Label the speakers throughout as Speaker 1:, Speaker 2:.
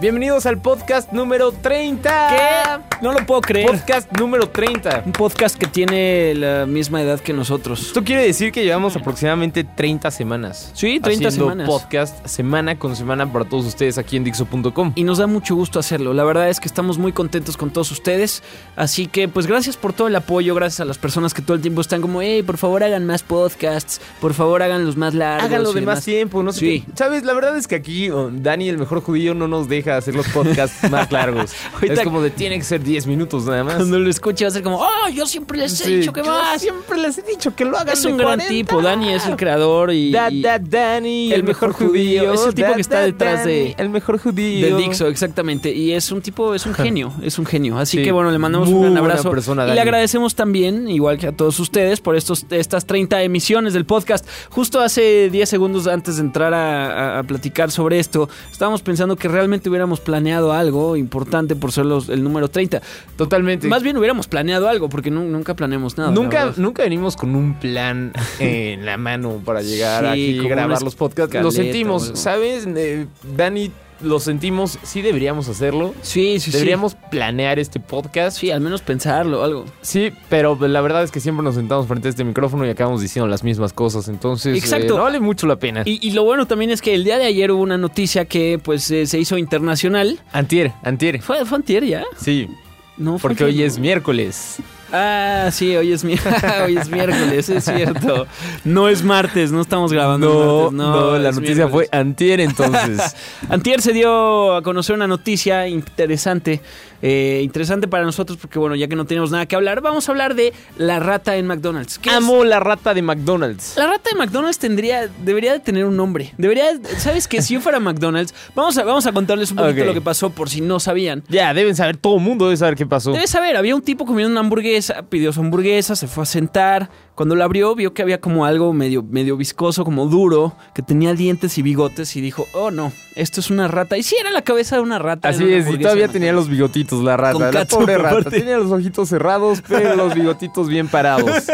Speaker 1: Bienvenidos al podcast número 30.
Speaker 2: ¿Qué? No lo puedo creer.
Speaker 1: Podcast número 30.
Speaker 2: Un podcast que tiene la misma edad que nosotros.
Speaker 1: Esto quiere decir que llevamos aproximadamente 30 semanas.
Speaker 2: Sí, 30
Speaker 1: haciendo
Speaker 2: semanas.
Speaker 1: podcast semana con semana para todos ustedes aquí en Dixo.com.
Speaker 2: Y nos da mucho gusto hacerlo. La verdad es que estamos muy contentos con todos ustedes. Así que, pues, gracias por todo el apoyo. Gracias a las personas que todo el tiempo están como, hey, por favor hagan más podcasts. Por favor hagan los más largos.
Speaker 1: Háganlo
Speaker 2: y
Speaker 1: de más
Speaker 2: demás".
Speaker 1: tiempo, no sé.
Speaker 2: Sí.
Speaker 1: qué. Sabes, la verdad es que aquí oh, Dani, el mejor judío, no nos deja hacer los podcasts más largos.
Speaker 2: Ahorita-
Speaker 1: es como de tiene que ser 10 minutos nada más.
Speaker 2: Cuando lo escuche va a ser como, oh, yo siempre les he
Speaker 1: Sí,
Speaker 2: dicho que
Speaker 1: yo
Speaker 2: más.
Speaker 1: Siempre les he dicho que lo hagan.
Speaker 2: Es un
Speaker 1: de
Speaker 2: gran
Speaker 1: 40.
Speaker 2: tipo. Dani es el creador y...
Speaker 1: Da, da, Dani,
Speaker 2: el mejor judío. Es el tipo que está detrás de-
Speaker 1: El mejor judío.
Speaker 2: De Dixo, exactamente. Y es un tipo, es un genio, es un genio. Así
Speaker 1: Sí.
Speaker 2: que bueno, le mandamos
Speaker 1: Muy
Speaker 2: un gran
Speaker 1: buena
Speaker 2: abrazo.
Speaker 1: persona,
Speaker 2: y
Speaker 1: Dani.
Speaker 2: le agradecemos también, igual que a todos ustedes, por estos, estas 30 emisiones del podcast. Justo hace 10 segundos antes de entrar a, a- a platicar sobre esto, estábamos pensando que realmente hubiéramos planeado algo importante por ser los- el número 30.
Speaker 1: Totalmente.
Speaker 2: Más bien hubiéramos planeado algo, porque nu- nunca planeamos nada. la
Speaker 1: Nunca,
Speaker 2: verdad.
Speaker 1: nunca venimos con un plan en la mano para llegar
Speaker 2: Sí,
Speaker 1: aquí y
Speaker 2: como una
Speaker 1: grabar los podcasts. Lo
Speaker 2: escaleta o
Speaker 1: sentimos,
Speaker 2: algo.
Speaker 1: ¿sabes? Eh, Dani, lo sentimos. Sí deberíamos hacerlo.
Speaker 2: Sí, sí, sí.
Speaker 1: Deberíamos planear este podcast.
Speaker 2: Sí, al menos pensarlo, algo.
Speaker 1: Sí, pero la verdad es que siempre nos sentamos frente a este micrófono y acabamos diciendo las mismas cosas. Entonces, eh,
Speaker 2: Exacto.
Speaker 1: no vale mucho la pena.
Speaker 2: Y, y lo bueno también es que el día de ayer hubo una noticia que pues eh, se hizo internacional.
Speaker 1: Antier, antier.
Speaker 2: ¿Fue, fue antier ya?
Speaker 1: Sí,
Speaker 2: No, fue
Speaker 1: porque
Speaker 2: antier,
Speaker 1: hoy
Speaker 2: ¿no?
Speaker 1: es miércoles.
Speaker 2: Ah, sí, hoy es, mi- hoy es miércoles, es cierto. No es martes, no estamos grabando
Speaker 1: No,
Speaker 2: el martes.
Speaker 1: no, la
Speaker 2: es
Speaker 1: noticia fue
Speaker 2: miércoles.
Speaker 1: antier entonces.
Speaker 2: Antier se dio a conocer una noticia interesante, eh, interesante para nosotros porque, bueno, ya que no tenemos nada que hablar, vamos a hablar de la rata en McDonald's. ¿Qué es?
Speaker 1: Amo la rata de McDonald's.
Speaker 2: La rata de McDonald's tendría, debería de tener un nombre. Debería, ¿sabes qué? Si yo fuera McDonald's, vamos a, vamos a contarles un poquito
Speaker 1: Ok.
Speaker 2: lo que pasó por si no sabían.
Speaker 1: Ya, deben saber, todo el mundo debe saber qué pasó.
Speaker 2: Debes saber, había un tipo comiendo una hamburguesa, pidió su hamburguesa, se fue a sentar. Cuando la abrió, vio que había como algo medio, medio viscoso, como duro, que tenía dientes y bigotes y dijo, oh no, esto es una rata. Y sí, era la cabeza de una rata. en
Speaker 1: Así
Speaker 2: una
Speaker 1: es, y
Speaker 2: hamburguesa,
Speaker 1: todavía
Speaker 2: ¿no?
Speaker 1: tenía los bigotitos la
Speaker 2: Con
Speaker 1: rata, la
Speaker 2: catsup,
Speaker 1: pobre rata.
Speaker 2: aparte.
Speaker 1: Tenía los ojitos cerrados, pero los bigotitos bien parados.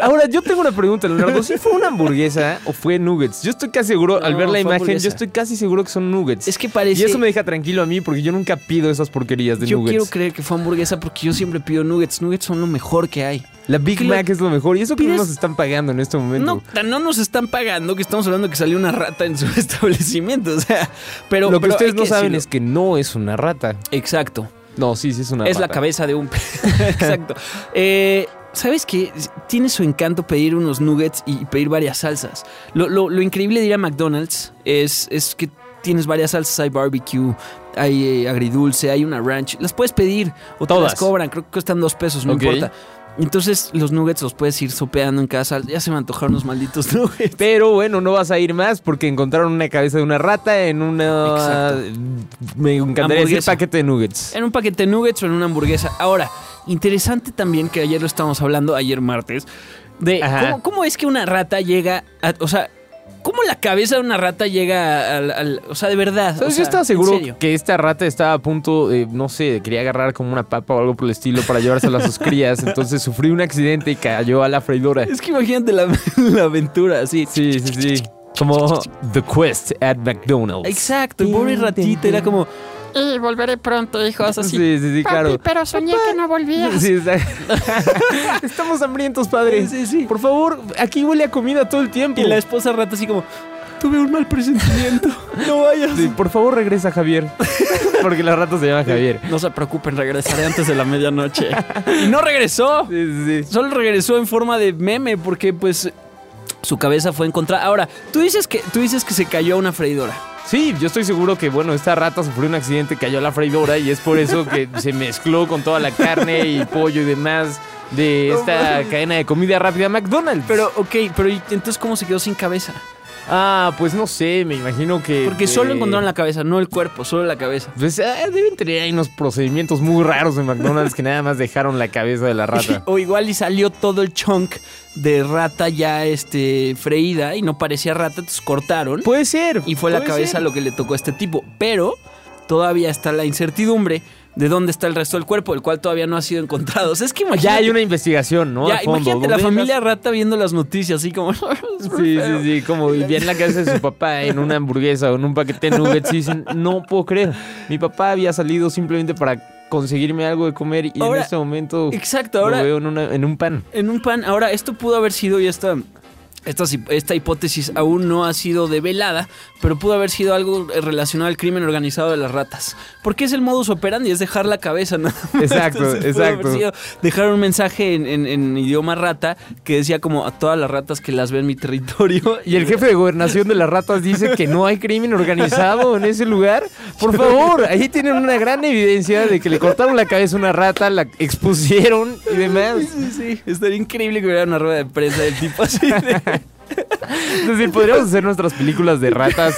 Speaker 1: Ahora, yo tengo una pregunta, Leonardo. ¿Sí fue una hamburguesa o fue nuggets? Yo estoy casi seguro, al
Speaker 2: No,
Speaker 1: ver la
Speaker 2: fue
Speaker 1: imagen,
Speaker 2: hamburguesa.
Speaker 1: yo estoy casi seguro que son nuggets.
Speaker 2: Es que parece...
Speaker 1: Y eso me deja tranquilo a mí porque yo nunca pido esas porquerías de
Speaker 2: yo
Speaker 1: nuggets.
Speaker 2: quiero creer que fue hamburguesa porque yo siempre pido nuggets. Nuggets son lo mejor que hay.
Speaker 1: La Big
Speaker 2: que
Speaker 1: Mac es lo mejor. Y eso que no
Speaker 2: pides-
Speaker 1: nos están pagando en este momento.
Speaker 2: No, tan no nos están pagando que estamos hablando que salió una rata en su establecimiento. O sea, pero...
Speaker 1: lo que
Speaker 2: pero
Speaker 1: ustedes
Speaker 2: hay
Speaker 1: no saben
Speaker 2: decirlo.
Speaker 1: es que no es una rata.
Speaker 2: Exacto.
Speaker 1: No, sí, sí es una
Speaker 2: Es la
Speaker 1: rata.
Speaker 2: cabeza de un... Exacto. Eh, ¿Sabes qué? Tiene su encanto pedir unos nuggets y pedir varias salsas. Lo, lo- lo increíble de ir a McDonald's es, es que tienes varias salsas. Hay barbecue, hay eh, agridulce, hay una ranch. Las puedes pedir o te
Speaker 1: Todas.
Speaker 2: las cobran. Creo que cuestan dos pesos, no
Speaker 1: Ok.
Speaker 2: importa. Entonces los nuggets los puedes ir sopeando en cada salsa. Ya se me antojaron los malditos nuggets.
Speaker 1: Pero bueno, no vas a ir más porque encontraron una cabeza de una rata en una.
Speaker 2: Exacto.
Speaker 1: Me encantaría decir
Speaker 2: Hamburguesa.
Speaker 1: paquete de nuggets.
Speaker 2: En un paquete de nuggets o en una hamburguesa. Ahora, interesante también que ayer lo estábamos hablando, ayer martes, de
Speaker 1: Ajá.
Speaker 2: cómo, cómo es que una rata llega a- O sea, cómo la cabeza de una rata llega al... al- o sea, de verdad.
Speaker 1: ¿Sabes?
Speaker 2: o
Speaker 1: Yo
Speaker 2: sea,
Speaker 1: estaba
Speaker 2: en
Speaker 1: seguro
Speaker 2: serio.
Speaker 1: que esta rata estaba a punto, de, no sé, quería agarrar como una papa o algo por el estilo para llevársela a sus crías. Entonces sufrí un accidente y cayó a la freidora.
Speaker 2: Es que imagínate la, la aventura, así.
Speaker 1: Sí, sí, sí. Como The Quest at McDonald's.
Speaker 2: Exacto, el pobre ratita era como...
Speaker 3: Y volveré pronto, hijos, así.
Speaker 1: Sí, sí, sí,
Speaker 3: Papi,
Speaker 1: claro.
Speaker 3: pero soñé que no volvías.
Speaker 1: Sí, exacto. Estamos hambrientos, padre.
Speaker 2: Sí, sí.
Speaker 1: Por favor, aquí huele a comida todo el tiempo.
Speaker 2: Y la esposa rata así como... Oh. Tuve un mal presentimiento, no vayas.
Speaker 1: Sí, por favor regresa Javier. Porque la rata se llama Javier.
Speaker 2: No se preocupen, regresaré antes de la medianoche. y no regresó.
Speaker 1: Sí, sí, sí.
Speaker 2: Solo regresó en forma de meme porque pues su cabeza fue encontrada. Ahora, tú dices que tú dices que se cayó a una freidora.
Speaker 1: Sí, yo estoy seguro que, bueno, esta rata sufrió un accidente, cayó a la freidora y es por eso que se mezcló con toda la carne y pollo y demás de esta cadena de comida rápida McDonald's.
Speaker 2: Pero ok, pero ¿y entonces cómo se quedó sin cabeza?
Speaker 1: Ah, pues no sé, me imagino que.
Speaker 2: Porque solo
Speaker 1: eh,
Speaker 2: encontraron la cabeza, no el cuerpo, solo la cabeza.
Speaker 1: Pues ah, deben tener ahí unos procedimientos muy raros de McDonald's que nada más dejaron la cabeza de la rata.
Speaker 2: O igual y salió todo el chunk de rata ya este freída y no parecía rata, entonces cortaron.
Speaker 1: Puede ser.
Speaker 2: y fue la cabeza lo que le tocó a este tipo. Pero todavía está la incertidumbre de dónde está el resto del cuerpo, el cual todavía no ha sido encontrado. O sea, es que imagínate.
Speaker 1: Ya hay una investigación, ¿no?
Speaker 2: ya,
Speaker 1: De fondo,
Speaker 2: imagínate la
Speaker 1: donde
Speaker 2: familia rata viendo las noticias, así como.
Speaker 1: Sí, sí, sí, como vivía en la casa de su papá en una hamburguesa o en un paquete de nuggets y dicen, no puedo creer, mi papá había salido simplemente para conseguirme algo de comer y
Speaker 2: Ahora-
Speaker 1: en este momento
Speaker 2: Exacto,
Speaker 1: lo
Speaker 2: ahora
Speaker 1: veo en, una- en un pan.
Speaker 2: en un pan. Ahora, esto pudo haber sido y esta, esta, si- esta hipótesis aún no ha sido develada, pero pudo haber sido algo eh, relacionado al crimen organizado de las ratas. Porque es el modus operandi, es dejar la cabeza. nada más.
Speaker 1: Exacto,
Speaker 2: pudo haber
Speaker 1: exacto.
Speaker 2: sido dejar un mensaje en, en- en idioma rata que decía como a todas las ratas que las ve en mi territorio.
Speaker 1: Y el jefe de gobernación de las ratas dice que no hay crimen organizado en ese lugar. Por favor, ahí tienen una gran evidencia de que le cortaron la cabeza a una rata, la expusieron y demás.
Speaker 2: Sí, sí, sí. Estaría increíble que hubiera una rueda de prensa del tipo así. de-
Speaker 1: Es decir, podríamos hacer nuestras películas de ratas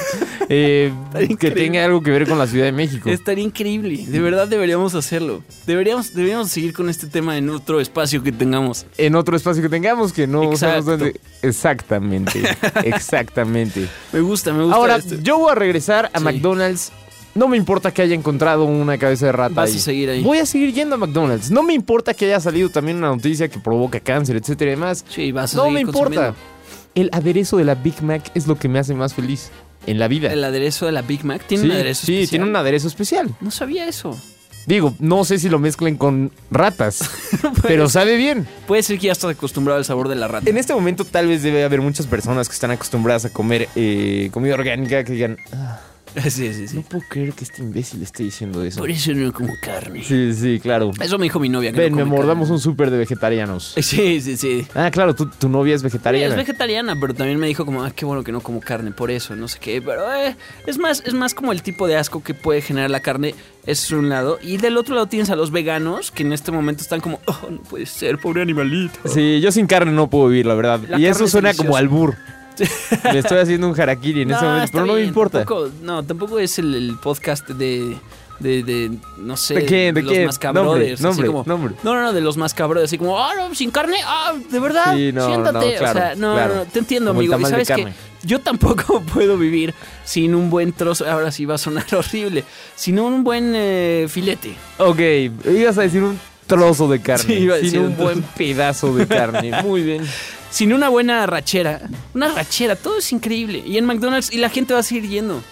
Speaker 1: eh, que
Speaker 2: increíble.
Speaker 1: tenga algo que ver con la Ciudad de México.
Speaker 2: Estaría increíble. De verdad deberíamos hacerlo. Deberíamos, deberíamos seguir con este tema en otro espacio que tengamos.
Speaker 1: en otro espacio que tengamos que no sabemos
Speaker 2: Exacto.
Speaker 1: dónde. Exactamente, exactamente.
Speaker 2: Me gusta, me gusta. este-
Speaker 1: Ahora,
Speaker 2: esto.
Speaker 1: yo voy a regresar a
Speaker 2: Sí.
Speaker 1: McDonald's. No me importa que haya encontrado una cabeza de rata.
Speaker 2: Vas a
Speaker 1: ahí.
Speaker 2: seguir ahí.
Speaker 1: Voy a seguir yendo a McDonald's. No me importa que haya salido también una noticia que provoca cáncer, etcétera y demás.
Speaker 2: Sí, vas a
Speaker 1: No
Speaker 2: seguir
Speaker 1: me importa.
Speaker 2: consumiendo.
Speaker 1: El aderezo de la Big Mac es lo que me hace más feliz en la vida.
Speaker 2: El aderezo de la Big Mac tiene
Speaker 1: sí,
Speaker 2: un aderezo.
Speaker 1: sí,
Speaker 2: especial?
Speaker 1: tiene un aderezo especial.
Speaker 2: No sabía eso.
Speaker 1: Digo, no sé si lo mezclen con ratas, pero sabe bien.
Speaker 2: Puede ser que ya estás acostumbrado al sabor de la rata.
Speaker 1: En este momento tal vez debe haber muchas personas que están acostumbradas a comer eh, comida orgánica que digan, "Ah,
Speaker 2: Sí, sí,
Speaker 1: no
Speaker 2: sí.
Speaker 1: puedo creer que este imbécil esté diciendo eso.
Speaker 2: Por eso no como carne.
Speaker 1: Sí, sí, claro.
Speaker 2: Eso me dijo mi novia. Que
Speaker 1: Ven,
Speaker 2: no
Speaker 1: mi
Speaker 2: come
Speaker 1: amor,
Speaker 2: carne.
Speaker 1: damos un súper de vegetarianos.
Speaker 2: Sí, sí, sí.
Speaker 1: Ah, claro, tú- tu novia es vegetariana.
Speaker 2: Es vegetariana, pero también me dijo como, ah, qué bueno que no como carne, por eso, no sé qué. Pero eh, es más, es más como el tipo de asco que puede generar la carne, ese es un lado. Y del otro lado tienes a los veganos que en este momento están como, oh, no puede ser, pobre animalito.
Speaker 1: Sí, yo sin carne no puedo vivir, la verdad.
Speaker 2: La
Speaker 1: y
Speaker 2: carne
Speaker 1: eso
Speaker 2: es
Speaker 1: suena
Speaker 2: deliciosa.
Speaker 1: como albur. Le estoy haciendo un harakiri en ese momento,
Speaker 2: está
Speaker 1: pero no me
Speaker 2: bien,
Speaker 1: importa.
Speaker 2: tampoco- no, tampoco es el, el podcast de, de, de, no sé,
Speaker 1: ¿De qué? ¿De
Speaker 2: los
Speaker 1: qué?
Speaker 2: mascabrothers,
Speaker 1: Nombre,
Speaker 2: así
Speaker 1: nombre,
Speaker 2: como-
Speaker 1: nombre.
Speaker 2: No, no, no, de los mascabrothers, así como, ah, no, sin carne, ah, de verdad,
Speaker 1: Sí, no, no,
Speaker 2: siéntate.
Speaker 1: no, claro,
Speaker 2: o sea, no,
Speaker 1: claro.
Speaker 2: no, no, te entiendo,
Speaker 1: Como el
Speaker 2: amigo.
Speaker 1: tamal
Speaker 2: Y
Speaker 1: de
Speaker 2: sabes que
Speaker 1: carne.
Speaker 2: yo tampoco puedo vivir sin un buen trozo, ahora sí va a sonar horrible, sin un buen eh, filete.
Speaker 1: Ok, ibas a decir un trozo de carne.
Speaker 2: Sí, iba a
Speaker 1: sin
Speaker 2: decir
Speaker 1: un,
Speaker 2: un
Speaker 1: buen
Speaker 2: trozo.
Speaker 1: pedazo de carne. Muy bien.
Speaker 2: Sin una buena rachera, una rachera, todo es increíble. Y en McDonald's, y la gente va a seguir yendo.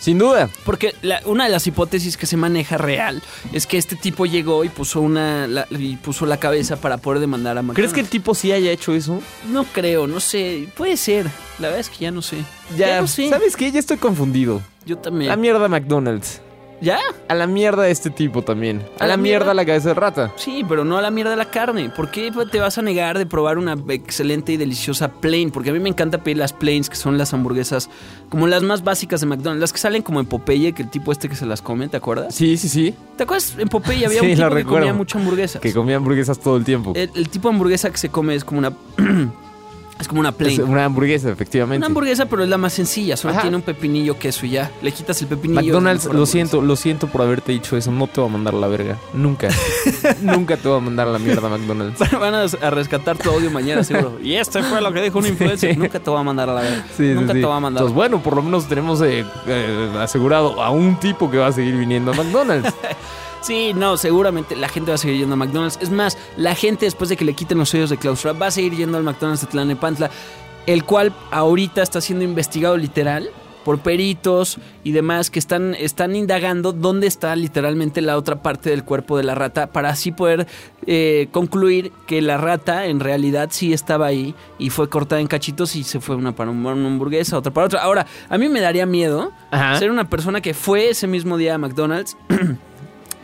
Speaker 1: Sin duda.
Speaker 2: Porque la- una de las hipótesis que se maneja real es que este tipo llegó y puso una la- y puso la cabeza para poder demandar a
Speaker 1: ¿Crees
Speaker 2: McDonald's.
Speaker 1: que el tipo sí haya hecho eso?
Speaker 2: no creo, no sé, puede ser. La verdad es que ya no sé.
Speaker 1: Ya,
Speaker 2: no sé.
Speaker 1: ¿sabes qué? Ya estoy confundido.
Speaker 2: Yo
Speaker 1: La
Speaker 2: también.
Speaker 1: mierda McDonald's.
Speaker 2: ¿Ya?
Speaker 1: A la mierda este tipo también. A, la, mierda? la cabeza de rata.
Speaker 2: Sí, pero no a la mierda de la carne. ¿Por qué te vas a negar de probar una excelente y deliciosa plain? Porque a mí me encanta pedir las plains, que son las hamburguesas como las más básicas de McDonald's, las que salen como en Popeye, que el tipo este que se las come, ¿te acuerdas?
Speaker 1: Sí, sí, sí.
Speaker 2: ¿Te acuerdas? En Popeye había
Speaker 1: Sí,
Speaker 2: un
Speaker 1: lo
Speaker 2: tipo que
Speaker 1: recuerdo.
Speaker 2: comía mucha hamburguesa.
Speaker 1: Que comía hamburguesas todo el tiempo.
Speaker 2: El, el tipo de hamburguesa que se come es como una. es como una
Speaker 1: Es
Speaker 2: plain.
Speaker 1: una hamburguesa, efectivamente.
Speaker 2: Una hamburguesa, pero es la más sencilla. Solo
Speaker 1: Ajá.
Speaker 2: tiene un pepinillo, queso y ya. Le quitas el pepinillo.
Speaker 1: McDonald's,
Speaker 2: es la mejor
Speaker 1: lo
Speaker 2: hamburguesa.
Speaker 1: siento, lo siento por haberte dicho eso. No te voy a mandar a la verga. Nunca. Nunca te voy a mandar a la mierda McDonald's.
Speaker 2: Van a, a rescatar tu audio mañana, seguro. y este fue lo que dijo un influencer. Nunca te va a mandar a la verga.
Speaker 1: Sí, sí,
Speaker 2: Nunca
Speaker 1: sí.
Speaker 2: te va a mandar.
Speaker 1: Entonces, bueno, por lo menos tenemos eh, eh, asegurado a un tipo que va a seguir viniendo a McDonald's.
Speaker 2: Sí, no, seguramente la gente va a seguir yendo a McDonald's. Es más, la gente después de que le quiten los sellos de clausura va a seguir yendo al McDonald's de Tlanepantla, el cual ahorita está siendo investigado literal por peritos y demás que están, están indagando dónde está literalmente la otra parte del cuerpo de la rata para así poder eh, concluir que la rata en realidad sí estaba ahí y fue cortada en cachitos y se fue una para un- una hamburguesa, otra para otra. Ahora, a mí me daría miedo
Speaker 1: Ajá.
Speaker 2: ser una persona que fue ese mismo día a McDonald's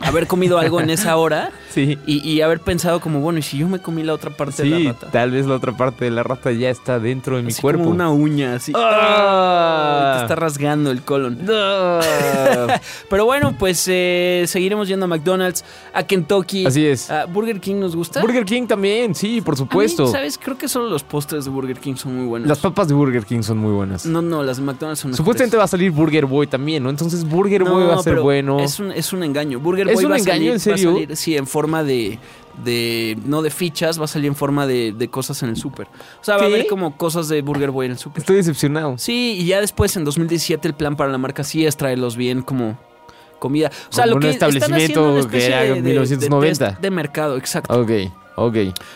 Speaker 2: haber comido algo en esa hora
Speaker 1: Sí.
Speaker 2: y, y haber pensado como, bueno, ¿y si yo me comí la otra parte de
Speaker 1: Sí,
Speaker 2: la rata?
Speaker 1: tal vez la otra parte de la rata ya está dentro de mi
Speaker 2: Así
Speaker 1: cuerpo.
Speaker 2: Como una uña, así.
Speaker 1: ¡Ah!
Speaker 2: Te está rasgando el colon.
Speaker 1: No.
Speaker 2: Pero bueno, pues eh, seguiremos yendo a McDonald's, a Kentucky.
Speaker 1: Así es.
Speaker 2: a Burger King nos gusta.
Speaker 1: Burger King también, sí, por
Speaker 2: Ah, A mí,
Speaker 1: supuesto.
Speaker 2: ¿Sabes? Creo que solo los postres de Burger King son muy buenos.
Speaker 1: Las papas de Burger King son muy buenas.
Speaker 2: No, Mm, no, las de McDonald's son mejores.
Speaker 1: Supuestamente va a salir Burger Boy también, ¿no? Entonces Burger
Speaker 2: No,
Speaker 1: Boy va a ser
Speaker 2: pero
Speaker 1: bueno.
Speaker 2: Es un, es un engaño. Burger
Speaker 1: ¿Es
Speaker 2: Boy
Speaker 1: un
Speaker 2: va a
Speaker 1: engaño,
Speaker 2: salir,
Speaker 1: en
Speaker 2: va a
Speaker 1: serio?
Speaker 2: salir, sí, en forma de, de- No de fichas, va a salir en forma de, de cosas en el súper. O sea, va a
Speaker 1: ¿Qué?
Speaker 2: haber como cosas de Burger Boy en el súper.
Speaker 1: Estoy decepcionado.
Speaker 2: Sí, y ya después en 2017 el plan para la marca sí es traerlos bien como comida. O sea,
Speaker 1: Como
Speaker 2: lo
Speaker 1: un
Speaker 2: que están
Speaker 1: establecimiento
Speaker 2: haciendo una
Speaker 1: que
Speaker 2: especie
Speaker 1: era
Speaker 2: de- de- de
Speaker 1: 1990.
Speaker 2: test De, mercado, exacto.
Speaker 1: Ok, ok.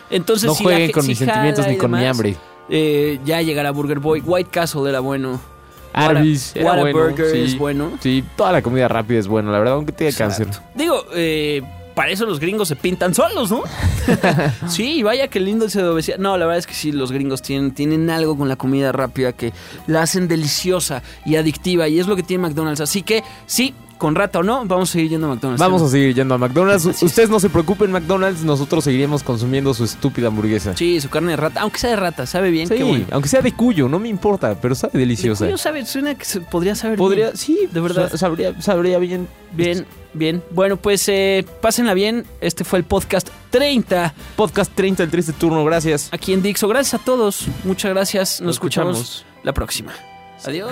Speaker 2: Entonces,
Speaker 1: no
Speaker 2: si la
Speaker 1: jueguen
Speaker 2: ge-
Speaker 1: con
Speaker 2: si
Speaker 1: mis
Speaker 2: jala
Speaker 1: sentimientos
Speaker 2: y
Speaker 1: ni con mi
Speaker 2: demás,
Speaker 1: hambre.
Speaker 2: eh, ya llegará Burger Boy. White Castle era bueno.
Speaker 1: Arby's, era bueno,
Speaker 2: Whataburger
Speaker 1: sí.
Speaker 2: es bueno.
Speaker 1: Sí, toda la comida rápida es buena, la verdad, aunque tenga cáncer.
Speaker 2: Digo, eh, para eso los gringos se pintan solos, ¿no? sí, vaya que lindo índice de obesidad. No, la verdad es que sí, los gringos tienen, tienen algo con la comida rápida que la hacen deliciosa y adictiva y es lo que tiene McDonald's. Así que sí, con rata o no, vamos a seguir yendo a McDonald's.
Speaker 1: Vamos a seguir yendo a McDonald's.
Speaker 2: Así es.
Speaker 1: Ustedes no se preocupen, McDonald's, nosotros seguiremos consumiendo su estúpida hamburguesa.
Speaker 2: Sí, su carne de rata, aunque sea de rata, sabe bien.
Speaker 1: Sí,
Speaker 2: qué bueno.
Speaker 1: aunque sea de cuyo, no me importa, pero sabe deliciosa.
Speaker 2: Yo sabe, suena que se- podría saber.
Speaker 1: Podría,
Speaker 2: bien.
Speaker 1: sí,
Speaker 2: de verdad.
Speaker 1: sa- Sabría, sabría bien.
Speaker 2: Bien, bien. Bueno, pues eh, pásenla bien. Este fue el podcast 30
Speaker 1: Podcast 30 del triste turno, gracias.
Speaker 2: aquí en Dixo. Gracias a todos. Muchas gracias. Nos,
Speaker 1: Nos
Speaker 2: escuchamos
Speaker 1: escuchamos.
Speaker 2: la próxima. Adiós.